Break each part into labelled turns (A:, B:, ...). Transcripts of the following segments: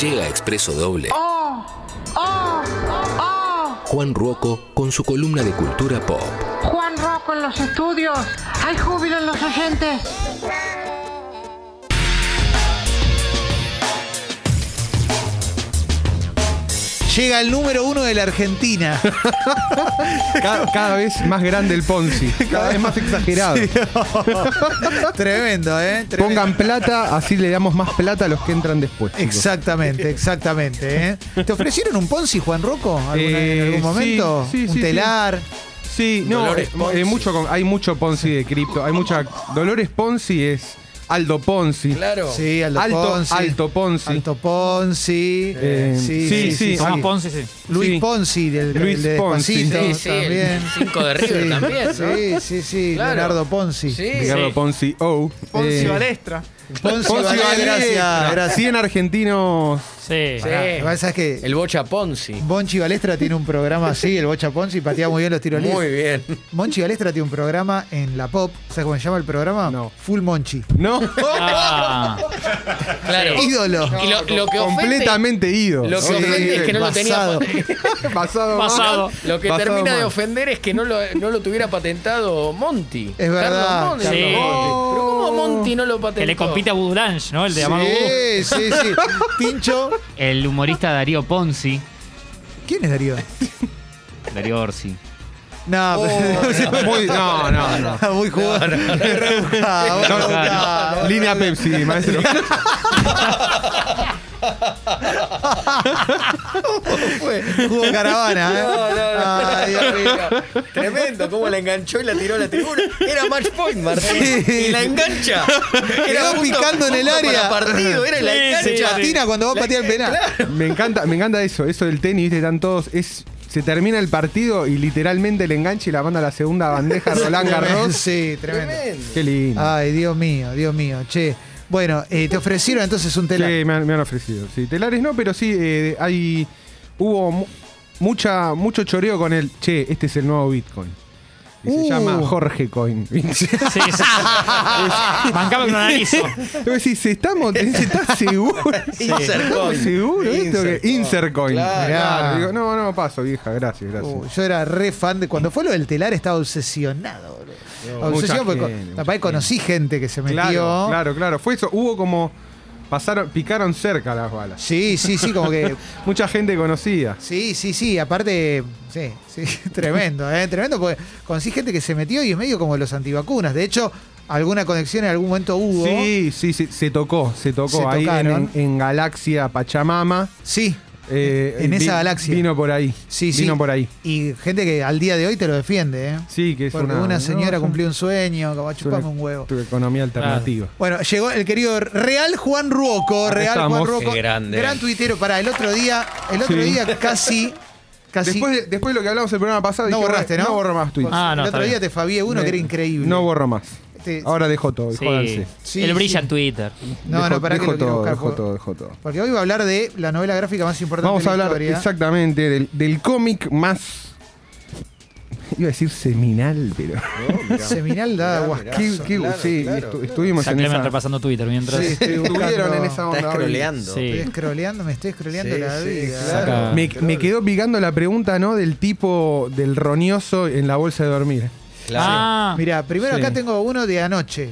A: Llega Expreso Doble.
B: ¡Oh! ¡Oh! ¡Oh!
A: Juan Ruoco con su columna de cultura pop.
B: Juan Rocco en los estudios. Hay júbilo en los agentes.
C: Llega el número uno de la Argentina.
D: Cada, cada vez más grande el Ponzi. Cada vez más exagerado.
C: Tremendo, ¿eh? Tremendo.
D: Pongan plata, así le damos más plata a los que entran después. chicos.
C: Exactamente, exactamente. ¿eh? ¿Te ofrecieron un Ponzi, Juan Rocco? ¿Alguna-
D: Eh,
C: ¿En algún
D: sí,
C: momento?
D: sí,
C: ¿Un
D: sí,
C: telar?
D: Sí, no,
A: Dolores
D: eh,
A: Ponzi.
D: eh, mucho con- hay mucho Ponzi de cripto. Hay mucha. Dolores Ponzi es Aldo Ponzi.
A: Claro.
C: Sí, Aldo
D: Alto-
C: Ponzi.
D: Alto Ponzi.
C: Alto Ponzi.
D: Eh,
C: sí, sí,
D: sí, sí,
C: sí.
D: Tomás
E: Tomás Ponce, sí.
C: Luis
D: Sí.
C: Ponzi, del,
D: Luis
C: el de
D: Ponzi.
C: Despacito,
F: Sí, sí, el
C: también.
F: cinco de River
C: Sí,
F: también, ¿no?
C: Sí, sí, sí,
F: Claro.
C: Leonardo Ponzi.
F: Sí.
D: Ricardo Ponzi O.
E: Ponzi
D: Eh,
E: Balestra.
C: Ponzi,
D: Ponzi
C: Valera,
D: Valera.
C: gracias, gracias.
D: 100 argentinos.
E: Sí.
F: Sí.
C: Lo que pasa es que
F: El Bocha Ponzi.
C: Bonchi Balestra tiene un programa así, el Bocha Ponzi, patea muy bien los tiros
F: Muy
C: libres.
F: bien.
C: Monchi Balestra tiene un programa en la pop. ¿Sabes cómo se llama el programa?
D: No.
C: Full Monchi.
D: No,
E: Ah,
F: Claro.
C: Ídolo.
F: Y lo, lo que ofende-
D: completamente ido.
F: Lo que ofende es que no lo tenía.
C: Basado.
D: Pasado. mal.
E: Pasado.
F: Lo que
D: Basado
F: termina de
D: mal.
F: ofender es que no lo, no lo tuviera patentado Monty.
C: Es verdad,
F: Carlos Monti.
E: Carlos Sí.
C: Monti.
F: Pero ¿cómo Monty no lo patentó?
E: que le compite a Voodoo Lange, ¿no? El de Amago Voodoo.
C: Sí, sí, sí. Tincho.
G: El humorista Darío Ponzi,
C: ¿Quién es Darío?
G: Darío Orsi.
C: Oh, No,
F: Oh.
C: pero-
D: Ah, pues, Muy- no, no, no.
C: muy jugador. Rebuscado,
D: No,
C: rebuscado.
D: Línea Pepsi, maestro.
C: Fue- Jugó caravana, ¿eh?
F: No, no, no.
C: Ay, Dios mío.
F: Tremendo, cómo la enganchó y la tiró a la tribuna. Era match point, Martín.
C: Sí.
F: Y la engancha.
C: Quedó
F: punto-
C: picando en el
F: punto
C: área.
F: para partido, era la
E: Sí,
F: engancha.
E: sí, sí.
C: Patina cuando va a patear el penal.
D: Me encanta, me encanta eso, eso del tenis, viste, están todos. Es, se termina el partido y literalmente le engancha y la manda a la segunda bandeja Roland Garros.
C: Sí, tremendo.
F: Tremendo.
D: Qué lindo.
C: Ay, Dios mío, Dios mío. Che. Bueno, eh, te ofrecieron entonces un telar.
D: Sí, me han, me han ofrecido. Sí, telares no, pero sí, eh, hay. Hubo mu- mucha, mucho choreo con el. Che, este es el nuevo Bitcoin. Y
C: Uh.
D: se llama Jorge Coin.
E: Sí, sí. Ah, Bancame con un analizo.
D: Pero si se está, mont- se está seguro.
F: Insercoin.
D: ¿Estás seguro esto que Insercoin.
F: Claro.
D: Mirá, digo, no, no, paso, vieja, gracias, gracias.
C: Uh, yo era re fan de. Cuando fue lo del telar estaba obsesionado, boludo. Obsesionado
D: Mucha
C: porque
D: gente,
C: con-
D: mucha
C: capaz que conocí gente que se metió.
D: Claro, claro, claro. Fue eso. Hubo como. Pasaron, picaron cerca las balas.
C: Sí, sí, sí, como que.
D: Mucha gente conocida.
C: Sí, sí, sí. Aparte, sí, sí, tremendo, ¿eh? Tremendo porque conocí gente que se metió y es medio como los antivacunas. De hecho, alguna conexión en algún momento hubo.
D: Sí, sí, sí, se tocó, se tocó.
C: Se
D: ahí en,
C: tocaron.
D: en Galaxia Pachamama.
C: Sí,
D: eh,
C: En esa
D: vi-
C: galaxia.
D: Vino por ahí.
C: sí, sí.
D: Vino por ahí.
C: Y gente que al día de hoy te lo defiende, ¿eh?
D: Sí, que es
C: porque una,
D: una.
C: señora
D: no,
C: cumplió un sueño, como
D: es una-
C: chupame un huevo.
D: es una economía alternativa.
C: Bueno, llegó el querido Real Juan Ruoco.
D: Acá
C: Real Juan
D: estamos.
C: Ruoco.
F: Qué grande.
C: Gran tuitero. Pará, el otro día, el otro
D: Sí.
C: día casi. casi
D: Después, de, después de lo que hablamos el programa pasado.
C: no
D: dije,
C: borraste, ¿no?
D: No borro más tweets.
E: Ah, no,
C: El
E: está
C: otro día te
E: bien.
C: fabié uno
D: Me-
C: que era increíble. Este,
D: No borro más.
C: Te-
D: Ahora dejo todo, y
E: Sí.
D: jódanse.
C: Sí,
E: Él brilla
C: sí.
E: en Twitter.
C: No,
D: Dejo-
C: no, pará que
D: dejo
C: lo quiero
D: todo,
C: buscar.
D: dejo
C: porque-
D: todo, dejo todo.
C: Porque hoy va a hablar de la novela gráfica más importante
D: Vamos a
C: de la
D: hablar
C: historia.
D: exactamente del, del cómic más. Iba a decir seminal, pero.
C: Seminal da
D: Qué-
C: aguasquillo.
D: qué- sí, estu- estuvimos
E: Está
D: en
E: Clemen
D: esa.
E: repasando Twitter mientras.
C: Sí, estoy
D: Estuvieron en esa
C: buscando.
D: onda.
F: Está
D: hoy.
F: scrolleando.
E: Sí.
C: Estoy scrolleando, me estoy scrolleando
F: Sí,
C: la
F: sí,
C: vida.
F: claro.
D: Me, me quedó picando la pregunta, ¿no? Del tipo del roñoso en la bolsa de dormir.
F: Claro.
E: Ah,
C: Mira, primero
D: Sí.
C: acá tengo uno de anoche.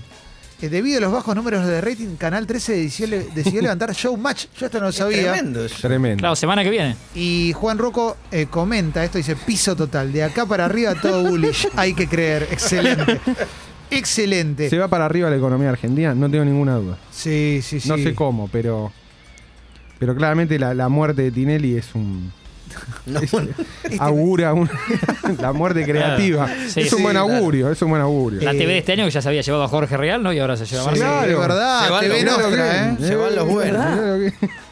C: Eh, debido a los bajos números de rating, Canal 13 decidió, le- decidió levantar Showmatch. Yo esto no lo sabía.
F: Tremendo eso.
D: Tremendo.
E: claro, semana que viene.
C: Y Juan Rocco eh, comenta esto, dice, piso total, de acá para arriba todo bullish, hay que creer. Excelente. Excelente.
D: Se va para arriba la economía argentina, no tengo ninguna duda.
C: Sí, sí, sí.
D: No sé cómo, pero. Pero claramente la, la muerte de Tinelli es un. es-
C: este
D: augura un- la muerte creativa.
E: Sí,
D: es un
E: sí,
D: buen
C: claro.
D: augurio, es un buen augurio.
E: La
C: Eh,
E: TV de este año que ya se había llevado a Jorge Real, ¿no? Y ahora se lleva a
C: Sí,
E: Marcelo.
D: Claro.
C: de
F: Se
C: verdad,
F: van
C: TV
F: los buenos,
C: Nostra, ¿eh?
F: Se van los buenos.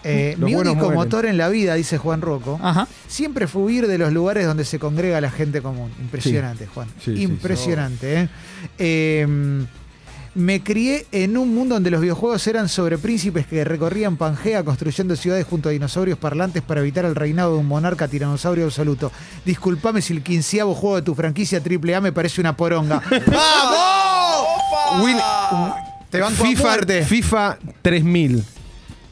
C: Eh,
D: Los
C: mi
D: buenos
C: único
D: mueren.
C: motor en la vida, dice Juan Rocco,
E: Ajá.
C: siempre fue huir de los lugares donde se congrega la gente común. Impresionante, Juan.
D: Sí, sí,
C: Impresionante, ¿eh? Eh, Me crié en un mundo donde los videojuegos eran sobre príncipes que recorrían Pangea construyendo ciudades junto a dinosaurios parlantes para evitar el reinado de un monarca tiranosaurio absoluto. Disculpame si el quinceavo juego de tu franquicia AAA me parece una poronga. ¡Vamos!
D: Win-
C: Te banco a
D: FIFA,
C: muerte.
D: FIFA 3000.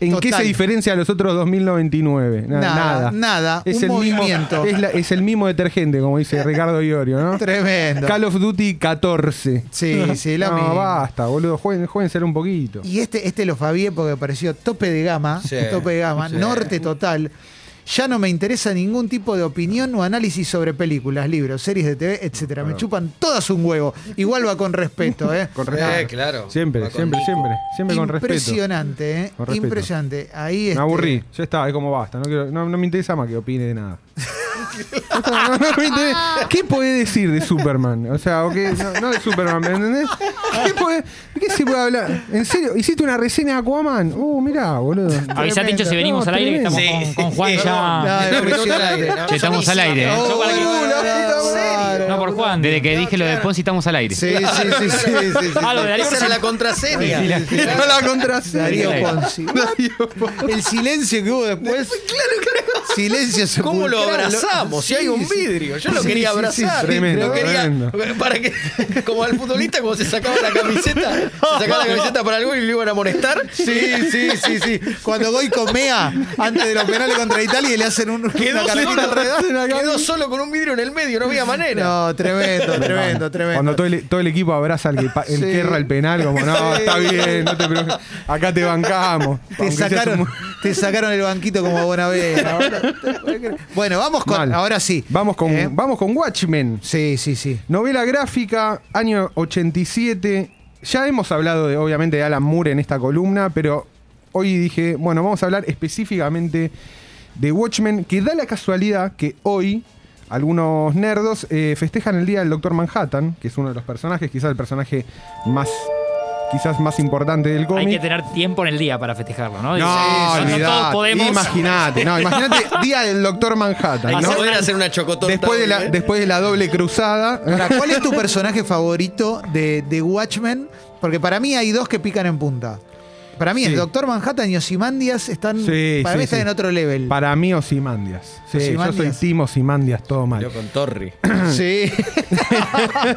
D: ¿En qué
C: Total.
D: se diferencia a los otros 2099? Na-
C: Nada,
D: Nada.
C: nada,
D: Es
C: un
D: el
C: movimiento.
D: Mismo, es, la- es el mismo detergente, como dice Ricardo Iorio, ¿no?
C: Tremendo.
D: Call of Duty 14.
C: Sí, sí, la
D: No,
C: misma.
D: basta, boludo. Jueguen, jueguen un poquito.
C: Y este, este lo fabié porque pareció tope de gama,
F: Sí,
C: tope de gama,
F: sí.
C: norte total. Ya no me interesa ningún tipo de opinión o análisis sobre películas, libros, series de TV, etcétera. Me chupan todas un huevo. Igual va con respeto, ¿eh?
D: Con
F: Eh,
D: respeto.
F: claro.
D: Siempre,
F: Va con
D: siempre,
F: Nico.
D: siempre. Siempre con respeto.
C: Impresionante, ¿eh?
D: Con respeto.
C: Impresionante. Ahí
D: Me
C: este,
D: aburrí, ya está, es como basta. No, quiero- no- no me interesa más que opine de nada. Ya está, no, no me interesa. ¿Qué podés decir de Superman? O sea, o qué- no, no de Superman, ¿me entendés? ¿Qué, podés- ¿Qué se puede hablar? ¿En serio? ¿Hiciste una reseña de Aquaman? Uh, mirá, boludo.
E: Avisa, Pincho, si venimos al aire que estamos
F: Sí,
E: con, con Juan
F: sí,
E: ya.
C: no,
F: Minuto
C: Ah. impresionante.
F: al aire, ¿no?
G: Che, estamos al aire, ¿eh?
F: Yo para que-
C: Uh, la puta
F: ¿En serio?
C: madre.
E: No por Juan.
G: Desde que dije lo de Ponzi estamos al aire.
C: Sí, sí, sí, sí, sí, sí.
E: Ah, lo de Darío
F: Esa era
E: Orsi.
F: la contraseña.
D: No la contraseña.
C: Darío
G: Sí.
C: Ponzi. El silencio que hubo después. Silencio se
F: ¿Cómo lo abrazamos? Si hay un vidrio. Yo lo quería abrazar.
D: tremendo,
F: lo quería.
D: tremendo.
F: Para que, como al futbolista, cuando se sacaba la camiseta, se sacaba la camiseta para algo y lo iban a molestar.
C: Sí, sí, sí, sí. Cuando voy con Mea antes de los penales contra Italia y le hacen un, una
F: Quedó
C: carretita
F: solo,
C: alrededor.
F: quedó solo con un vidrio en el medio, no había manera.
C: No, tremendo, tremendo,
D: Cuando
C: tremendo.
D: todo el, todo el equipo abraza al que pa- el
C: Sí.
D: que erra el penal, como no,
C: Sí.
D: está bien, no te preocupes, acá te bancamos.
C: Te
D: Aunque seas
C: sacaron,
D: un-
C: te sacaron el banquito como Bonavera. Bueno, vamos con.
D: Mal.
C: Ahora sí.
D: Vamos con,
C: ¿Eh?
D: vamos con Watchmen.
C: Sí, sí, sí.
D: Novela gráfica, año 87. Ya hemos hablado, de, obviamente, de Alan Moore en esta columna, pero hoy dije, bueno, vamos a hablar específicamente de Watchmen, que da la casualidad que hoy algunos nerdos eh, festejan el día del Doctor Manhattan, que es uno de los personajes, quizás el personaje más, quizás más importante del cómic.
E: Hay que tener tiempo en el día para festejarlo, ¿no? Dice,
D: No,
E: todos
D: olvidate,
E: podemos.
D: Imagínate, no, imagínate día del Doctor Manhattan,
F: Hay
D: ¿no?
F: que poder hacer una chocotorta.
D: Después de la,
F: ¿eh?
D: después de la doble cruzada.
C: Ahora, ¿cuál es tu personaje favorito de, de Watchmen? Porque para mí hay dos que pican en punta. Para mí,
D: Sí.
C: el Doctor Manhattan y Ozymandias están.
D: Sí,
C: para
D: sí,
C: mí están
D: sí.
C: en otro level.
D: Para mí, Osimandias. Sí,
C: Ozymandias.
D: yo soy Timo Osimandias, todo mal.
F: Yo con Torri.
C: Sí.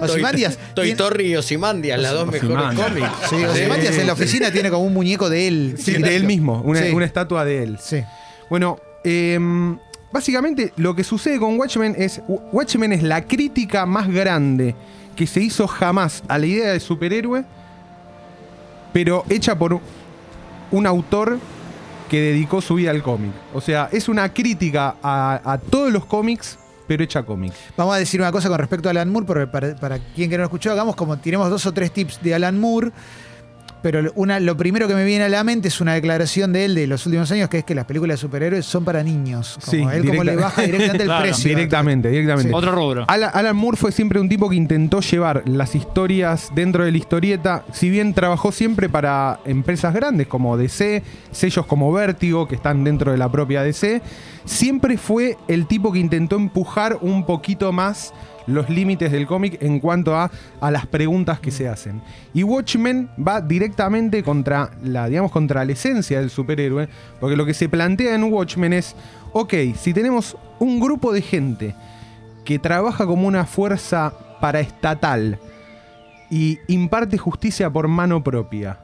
C: Ozymandias.
F: Toy
C: tiene-
F: Torri y Osimandias, las dos mejores
D: Ozymandias.
F: cómics.
C: Sí, Ozymandias en la oficina tiene como un muñeco de él.
D: Sí, de él mismo, una,
C: Sí.
D: una estatua de él.
C: Sí.
D: Bueno, em, básicamente lo que sucede con Watchmen es. Watchmen es la crítica más grande que se hizo jamás a la idea de superhéroe, pero hecha por un autor que dedicó su vida al cómic. O sea, es una crítica a, a todos los cómics, pero hecha cómic.
C: Vamos a decir una cosa con respecto a Alan Moore, porque para, para quien que no lo escuchó, hagamos como tenemos dos o tres tips de Alan Moore, pero una, lo primero que me viene a la mente es una declaración de él de los últimos años, que es que las películas de superhéroes son para niños. Como
D: Sí,
C: él como
D: directa-
C: le baja directamente el
E: Claro.
C: precio.
D: Directamente, directamente.
C: Sí.
E: Otro rubro.
D: Ala- Alan, Moore fue siempre un tipo que intentó llevar las historias dentro de la historieta, si bien trabajó siempre para empresas grandes como DC, sellos como Vértigo, que están dentro de la propia DC, siempre fue el tipo que intentó empujar un poquito más los límites del cómic en cuanto a, a las preguntas que se hacen. Y Watchmen va directamente contra la, digamos, contra la esencia del superhéroe, porque lo que se plantea en Watchmen es, ok, si tenemos un grupo de gente que trabaja como una fuerza paraestatal y imparte justicia por mano propia.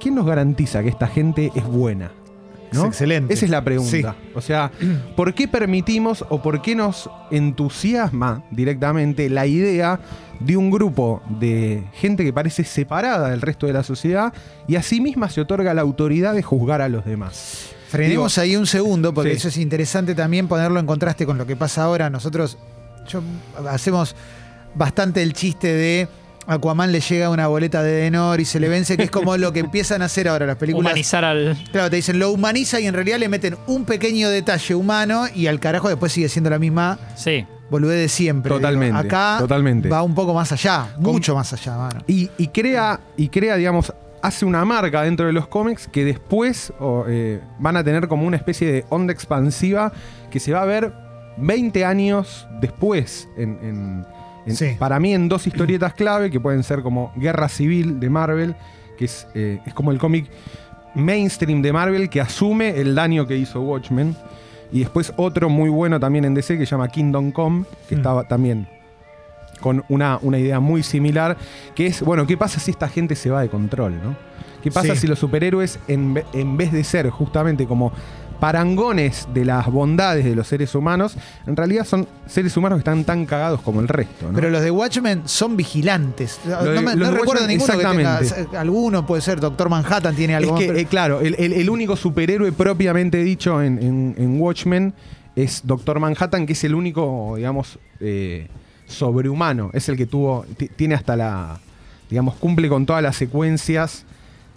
D: ¿Quién nos garantiza que esta gente es buena? ¿No?
C: Es excelente.
D: Esa es la
C: Sí.
D: pregunta. O sea, ¿por qué permitimos o por qué nos entusiasma directamente la idea de un grupo de gente que parece separada del resto de la sociedad y a sí misma se otorga la autoridad de juzgar a los demás?
C: Frenemos ahí un segundo, porque
D: Sí.
C: eso es interesante también ponerlo en contraste con lo que pasa ahora. Nosotros yo- hacemos bastante el chiste de Aquaman le llega una boleta de Denor y se le vence, que es como lo que empiezan a hacer ahora las películas.
E: Humanizar al.
C: Claro, te dicen lo humaniza y en realidad le meten un pequeño detalle humano y al carajo después sigue siendo la misma
E: Sí.
C: boludez de siempre.
D: Totalmente,
C: acá
D: totalmente.
C: va un poco más allá, mucho más allá, mano.
D: Y, y crea, y crea, digamos, hace una marca dentro de los cómics que después o, eh, van a tener como una especie de onda expansiva que se va a ver 20 años después. En, en- en-
C: Sí.
D: Para mí, en dos historietas clave que pueden ser como Guerra Civil de Marvel, que es, eh, es como el cómic mainstream de Marvel que asume el daño que hizo Watchmen. Y después otro muy bueno también en DC que se llama Kingdom Come, que estaba también con una, una idea muy similar, que es, bueno, ¿qué pasa si esta gente se va de control, no? ¿Qué pasa
C: Sí.
D: si los superhéroes, en, ve- en vez de ser justamente como parangones de las bondades de los seres humanos, en realidad son seres humanos que están tan cagados como el resto? ¿no?
C: Pero los de Watchmen son vigilantes.
D: de-
C: no me-
D: los
C: no
D: de
C: recuerdo
D: Watchmen,
C: ninguno que tenga- eh,
D: exactamente.
C: alguno puede ser, Doctor Manhattan tiene
D: Es
C: algo.
D: que,
C: pero-
D: eh, claro, el, el- el único superhéroe propiamente dicho en, en- en Watchmen es Doctor Manhattan, que es el único, digamos, eh, sobrehumano. Es el que tuvo, ti- tiene hasta la, digamos, cumple con todas las secuencias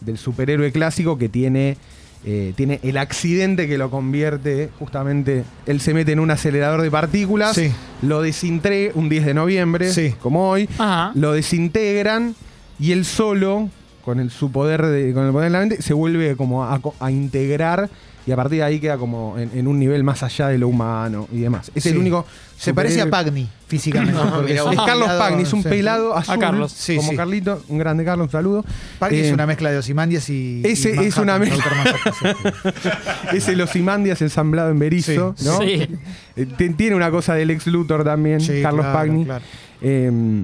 D: del superhéroe clásico que tiene, eh, tiene el accidente que lo convierte justamente, él se mete en un acelerador de partículas,
C: Sí.
D: lo desintegra un 10 de noviembre,
C: Sí. Ah,
D: como hoy,
E: Ajá.
D: lo desintegran y él solo, con el, su poder de, con el poder de la mente, se vuelve como a, co- a integrar y a partir de ahí queda como en, en un nivel más allá de lo humano y demás. Es
C: Sí.
D: el único.
C: Se parece a
D: superhéroe-
C: Pagni físicamente. porque
F: mirá
D: Es
F: vos.
D: Carlos Pagni, es un
C: Ah, sí.
D: pelado azul,
E: Carlos.
D: como
C: Sí, sí.
D: Carlito, un grande Carlos, un saludo.
C: Pagni es
D: Eh,
C: una mezcla de Osimandias y.
D: ese
C: y
D: es una mezcla.
C: Dr. Manhattan, sí.
D: Es el Osimandias ensamblado en Berizo,
C: Sí.
D: ¿no?
E: Sí.
D: Eh, te- Tiene una cosa del ex Luthor también,
C: Sí,
D: Carlos
C: claro,
D: Pagni.
C: claro.
D: Eh,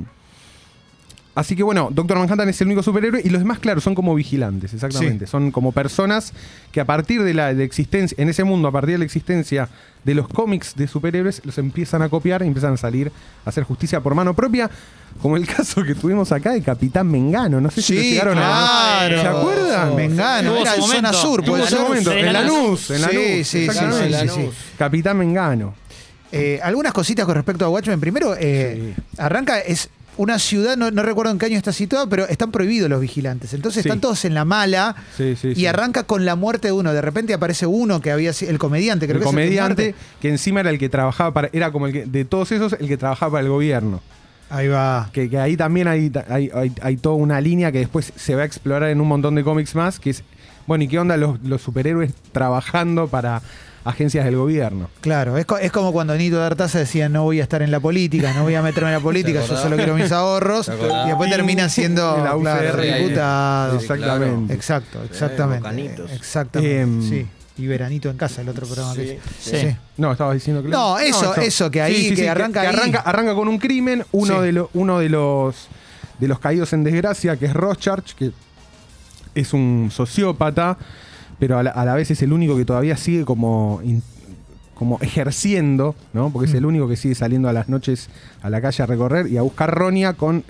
D: así que bueno, Doctor Manhattan es el único superhéroe y los demás, claro, son como vigilantes, exactamente. Son como personas que a partir de la de existencia, en ese mundo, a partir de la existencia de los cómics de superhéroes, los empiezan a copiar y empiezan a salir a hacer justicia por mano propia, como el caso que tuvimos acá de Capitán Mengano. No sé si lo
C: Sí, ¿eh?
D: llegaron
C: claro.
D: a... ¿Se acuerdan?
C: Me engano.
E: Tuvo
C: Era
E: su
C: en zona
E: momento.
C: sur,
E: Tuvo
C: puede
D: En
E: su
C: ser.
D: ese momento,
E: En
D: en Lanús, en Lanús.
C: Sí, sí, sí,
D: exactamente.
F: sí, sí,
C: sí.
D: Capitán Mengano.
C: Eh, algunas cositas con respecto a Watchmen. Primero, eh, arranca, es una ciudad, no, no recuerdo en qué año está situada, pero están prohibidos los vigilantes. Entonces
D: Sí.
C: están todos en la mala
D: Sí, sí,
C: y
D: sí.
C: arranca con la muerte de uno. De repente aparece uno que había sido, el comediante, creo
D: el
C: que es que
D: comediante
C: muerte.
D: que encima era el que trabajaba para era como el que de todos esos el que trabajaba para el gobierno
C: Ahí va.
D: que, que ahí también hay, ta- hay, hay- hay toda una línea que después se va a explorar en un montón de cómics más que es bueno y qué onda los, los superhéroes trabajando para agencias del gobierno
C: Claro, es, co- es como cuando Nito de Artaza decía no voy a estar en la política, no voy a meterme en la política, yo
F: acordás?
C: solo quiero mis ahorros.
F: ¿Te acordás?
C: Y después termina siendo
D: De la UCR
C: claro,
D: ahí. Ah,
C: diputado.
F: Sí, claro.
D: exactamente
C: Exacto,
F: Eh,
C: exactamente.
F: bocanitos.
C: Exactamente.
D: Em,
C: sí. Y veranito en casa, el otro programa que hice.
E: Sí.
C: Sí.
D: no estabas diciendo que
C: No, eso- eso, que ahí- que arranca ahí.
D: arranca arranca con un crimen uno
C: Sí.
D: de los uno de los de los caídos en desgracia que es Rorschach que es un sociópata, pero a la, a la vez es el único que todavía sigue como, in- como ejerciendo, ¿no? Porque es el único que sigue saliendo a las noches a la calle a recorrer y a buscar ronia con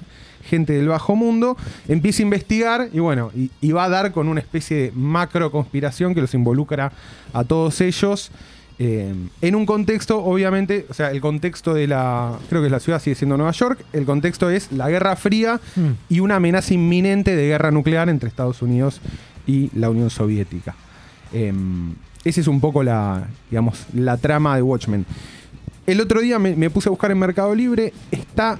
D: gente del bajo mundo. Empieza a investigar y bueno, y, y va a dar con una especie de macro conspiración que los involucra a todos ellos. eh, en un contexto, obviamente, o sea, el contexto de la. Creo que la ciudad sigue siendo Nueva York. El contexto es la Guerra Fría
C: Mm.
D: y una amenaza inminente de guerra nuclear entre Estados Unidos y la Unión Soviética. Em, esa es un poco la, digamos, la trama de Watchmen. El otro día me, me puse a buscar en Mercado Libre, está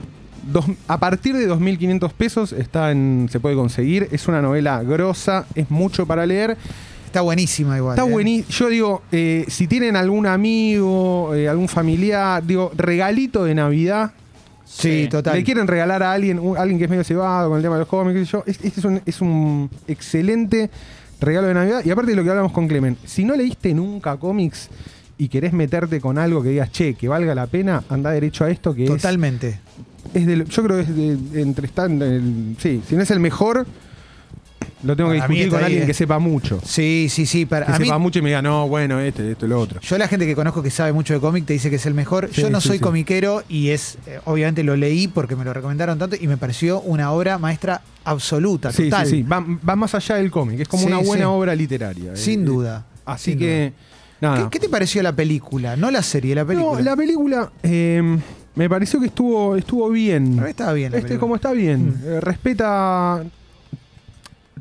D: dos- a partir de 2.500 pesos, está en, se puede conseguir, es una novela grosa, es mucho para leer.
C: Está buenísima igual.
D: Está
C: ¿eh?
D: buenísimo. Yo digo, eh, si tienen algún amigo, eh, algún familiar, digo, regalito de Navidad,
C: Sí,
E: Sí.
C: total.
D: le quieren regalar a alguien, un- alguien que es medio cebado con el tema de los cómics, qué sé yo. Es- Este es un, es un excelente regalo de Navidad. Y aparte de lo que hablamos con Clemen, si no leíste nunca cómics y querés meterte con algo que digas, che, que valga la pena, anda derecho a esto que es-
C: Totalmente.
D: es, del- yo creo que es de- entre están, el- sí, si no es el mejor, lo tengo que
C: Para mí
D: discutir
C: está
D: con
C: ahí,
D: alguien
C: eh.
D: que sepa mucho.
C: Sí, sí, sí. Para,
D: Que
C: a mí,
D: sepa mucho y me diga, no, bueno, este, esto, lo otro.
C: yo la gente que conozco que sabe mucho de cómic te dice que es el mejor.
D: Sí,
C: yo no
D: sí,
C: soy
D: sí.
C: comiquero y es, eh, obviamente lo leí porque me lo recomendaron tanto y me pareció una obra maestra absoluta,
D: Sí,
C: total.
D: sí, sí. Va, va más allá del cómic, es como
C: Sí,
D: una buena
C: sí.
D: obra literaria.
C: Sin
D: Eh,
C: duda.
D: Así
C: sin
D: que, nada.
C: duda. ¿Qué, qué te pareció la película? No la serie, la película.
D: Ah. No, la película eh, me pareció que estuvo, estuvo bien.
C: Para mí estaba bien la
D: Este,
C: película. Mm.
D: como está bien. Eh, respeta.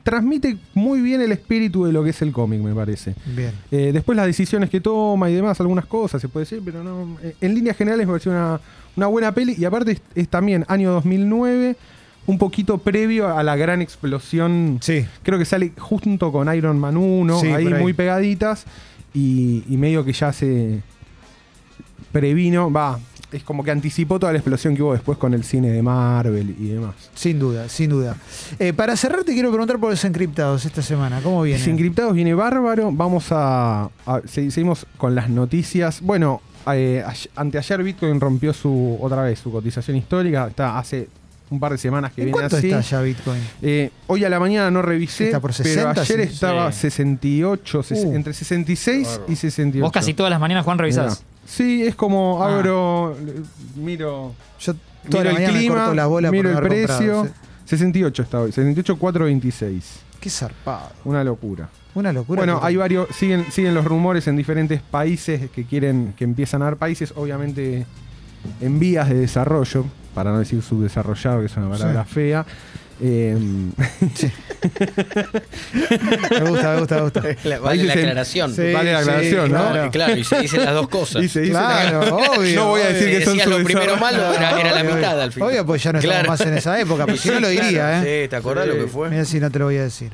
D: Transmite muy bien el espíritu de lo que es el cómic, me parece.
C: Bien.
D: Eh, después las decisiones que toma y demás, algunas cosas se puede decir, pero no. eh, en líneas generales me pareció una, una buena peli. Y aparte es, es también año 2009, un poquito previo a la gran explosión
C: Sí.
D: Creo que sale junto con Iron Man 1,
C: Sí,
D: ahí,
C: por ahí.
D: muy pegaditas. Y, y medio que ya se previno, va, es como que anticipó toda la explosión que hubo después con el cine de Marvel y demás.
C: Sin duda, sin duda. Eh, para cerrar, te quiero preguntar por los encriptados esta semana. ¿Cómo viene?
D: Desencriptados viene bárbaro, vamos a, a- se- seguimos con las noticias. Bueno, eh, ay- anteayer Bitcoin rompió su otra vez su cotización histórica, está hace un par de semanas que
C: ¿En
D: viene
C: cuánto
D: así.
C: está ya Bitcoin?
D: Eh, hoy a la mañana no revisé,
C: Está por 60,
D: pero ayer
C: sí.
D: estaba
E: Sí.
D: 68, ses-
C: Uh.
D: entre 66 y 68.
E: Vos casi todas las mañanas, Juan, revisás.
D: Mirá. Sí, es como
E: Ah.
D: abro, l- miro,
C: Yo toda
D: miro
C: la
D: el
C: mañana me
D: clima,
C: corto la bola
D: miro
C: por no
D: el
C: haber
D: precio.
C: comprado, sí.
D: 68 está hoy, 68.426.
C: Qué zarpado.
D: Una locura.
C: Una locura.
D: Bueno,
C: total.
D: hay varios, siguen, siguen los rumores en diferentes países que quieren, que empiezan a dar países, obviamente en vías de desarrollo, para no decir subdesarrollado, que es una palabra fea. Em,
C: Me gusta, me gusta, me gusta.
F: La- vale
D: Ahí
F: la
D: se-
F: aclaración.
C: Sí,
D: vale la
C: sí,
D: aclaración, ¿no?
F: Claro. claro, y se dicen las dos cosas.
D: y se dice-
C: Claro, obvio.
D: no voy a decir
F: obvio.
D: que son
F: Decías lo primero
D: subdesarrollados.
F: malo, era, era la
C: Obvio,
F: mitad
C: obvio.
F: al final.
C: Obvio, pues ya no estamos
F: Claro.
C: más en esa época, porque si no lo
F: Sí,
C: diría,
F: claro,
C: ¿eh?
F: Sí, pues. ¿te acordás lo que fue?
C: Mira si no te lo voy a decir.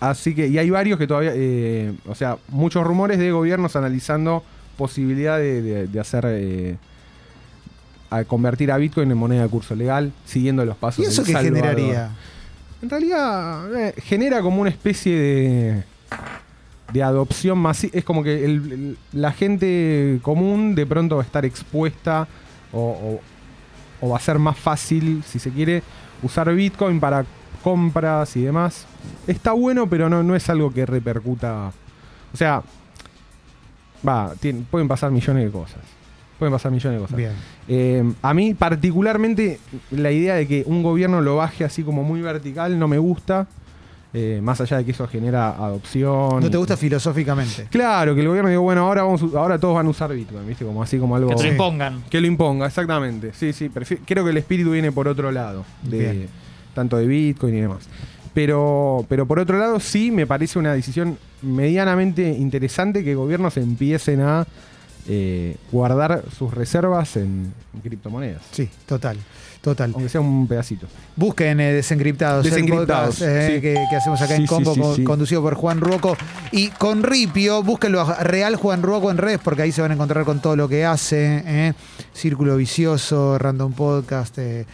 D: Así que, y hay varios que todavía, eh, o sea, muchos rumores de gobiernos analizando posibilidad de, de- de hacer, eh, a convertir a Bitcoin en moneda de curso legal, siguiendo los pasos
C: ¿Y eso
D: del
C: qué
D: Salvador.
C: generaría?
D: En realidad, eh, genera como una especie de, de adopción masiva. Es como que el- el- la gente común de pronto va a estar expuesta o, o- o va a ser más fácil, si se quiere, usar Bitcoin para compras y demás. Está bueno, pero no, no es algo que repercuta. O sea, va, tien- pueden pasar millones de cosas. Pueden pasar millones de cosas.
C: Bien.
D: Eh, a mí particularmente la idea de que un gobierno lo baje así como muy vertical no me gusta, eh, más allá de que eso genera adopción.
C: No te
D: y-
C: gusta filosóficamente.
D: Claro, que el gobierno diga, bueno, ahora, vamos, a- ahora todos van a usar Bitcoin, ¿viste? Como así como algo...
E: Que te lo
C: Sí.
E: impongan.
D: Que lo imponga, exactamente. Sí, sí, prefi- creo que el espíritu viene por otro lado, de-
C: Bien.
D: tanto de Bitcoin y demás. Pero, pero por otro lado, sí me parece una decisión medianamente interesante que gobiernos empiecen a eh, guardar sus reservas en, en criptomonedas.
C: Sí, total. Total.
D: Aunque sea un pedacito.
C: Busquen eh, Desencriptados, el
D: Desencriptados,
C: podcast, eh,
D: sí.
C: que, que hacemos acá en
D: Sí, sí,
C: Combo,
D: sí,
C: con-
D: sí.
C: conducido por Juan Ruoco. Y con Ripio, búsquenlo a Real Juan Ruoco en redes, porque ahí se van a encontrar con todo lo que hace. eh. Círculo Vicioso, Random Podcast. eh.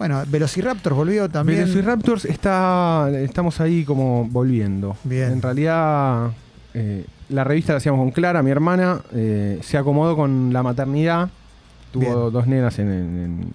C: Bueno, Velociraptors volvió también.
D: Velociraptors está. Estamos ahí como volviendo.
C: Bien.
D: En realidad, eh, la revista la hacíamos con Clara, mi hermana. eh, se acomodó con la maternidad. Tuvo
C: Bien.
D: dos nenas en, en- en-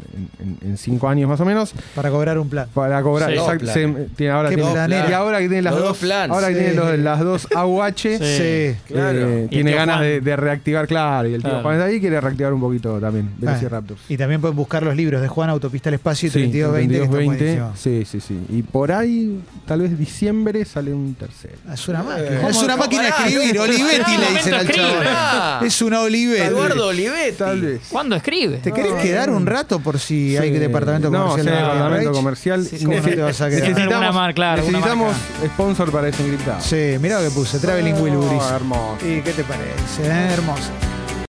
D: en- en cinco años más o menos.
C: para cobrar un plan.
D: Para cobrar.
F: Sí.
D: exact-
F: Dos
D: se-
F: planes.
D: tiene- ahora
C: Qué
D: tiene-
C: planera.
D: y ahora que tiene las
F: Los
D: dos.
F: dos planes.
D: ahora que tiene
C: Sí.
D: los- las dos AUH.
E: Sí.
C: Sí.
F: Claro.
D: eh,
F: Y el
D: tiene
E: tío
D: ganas
E: Juan.
D: de, de reactivar, claro. Y el tío
E: Claro.
D: Juan está ahí quiere reactivar un poquito también.
C: Bueno,
D: Velociraptors.
C: Y también pueden buscar los libros de Juan Autopista al Espacio y
D: Sí,
C: 3220, que están
D: 32-20,
C: buenísimos.
D: Sí, sí, sí. Y por ahí, tal vez diciembre sale un tercero.
C: Es una máquina.
F: ¿Cómo-
C: Eh, Es una máquina de
F: pará,
C: escribir.
F: no,
C: Olivetti
F: pará,
C: le
F: un
C: dicen al
E: momento,
C: chabón.
F: escribe.
C: Es una Olivetti.
F: Eduardo Olivetti.
D: Tal vez.
E: ¿Cuándo escribe?
C: ¿Te querés quedar un rato por si hay que departamento
D: No,
C: comercial?
D: o sea,
C: de Gabriel
D: departamento
C: Reich?
D: comercial.
C: Sí, ¿cómo no te vas a quedar?
E: Alguna mar- claro, alguna
D: necesitamos sponsor para ese encriptado.
C: Sí, mirá lo que puse, Traveling Wilburys.
D: Oh, hermoso.
C: ¿Y qué te parece? eh? Hermoso.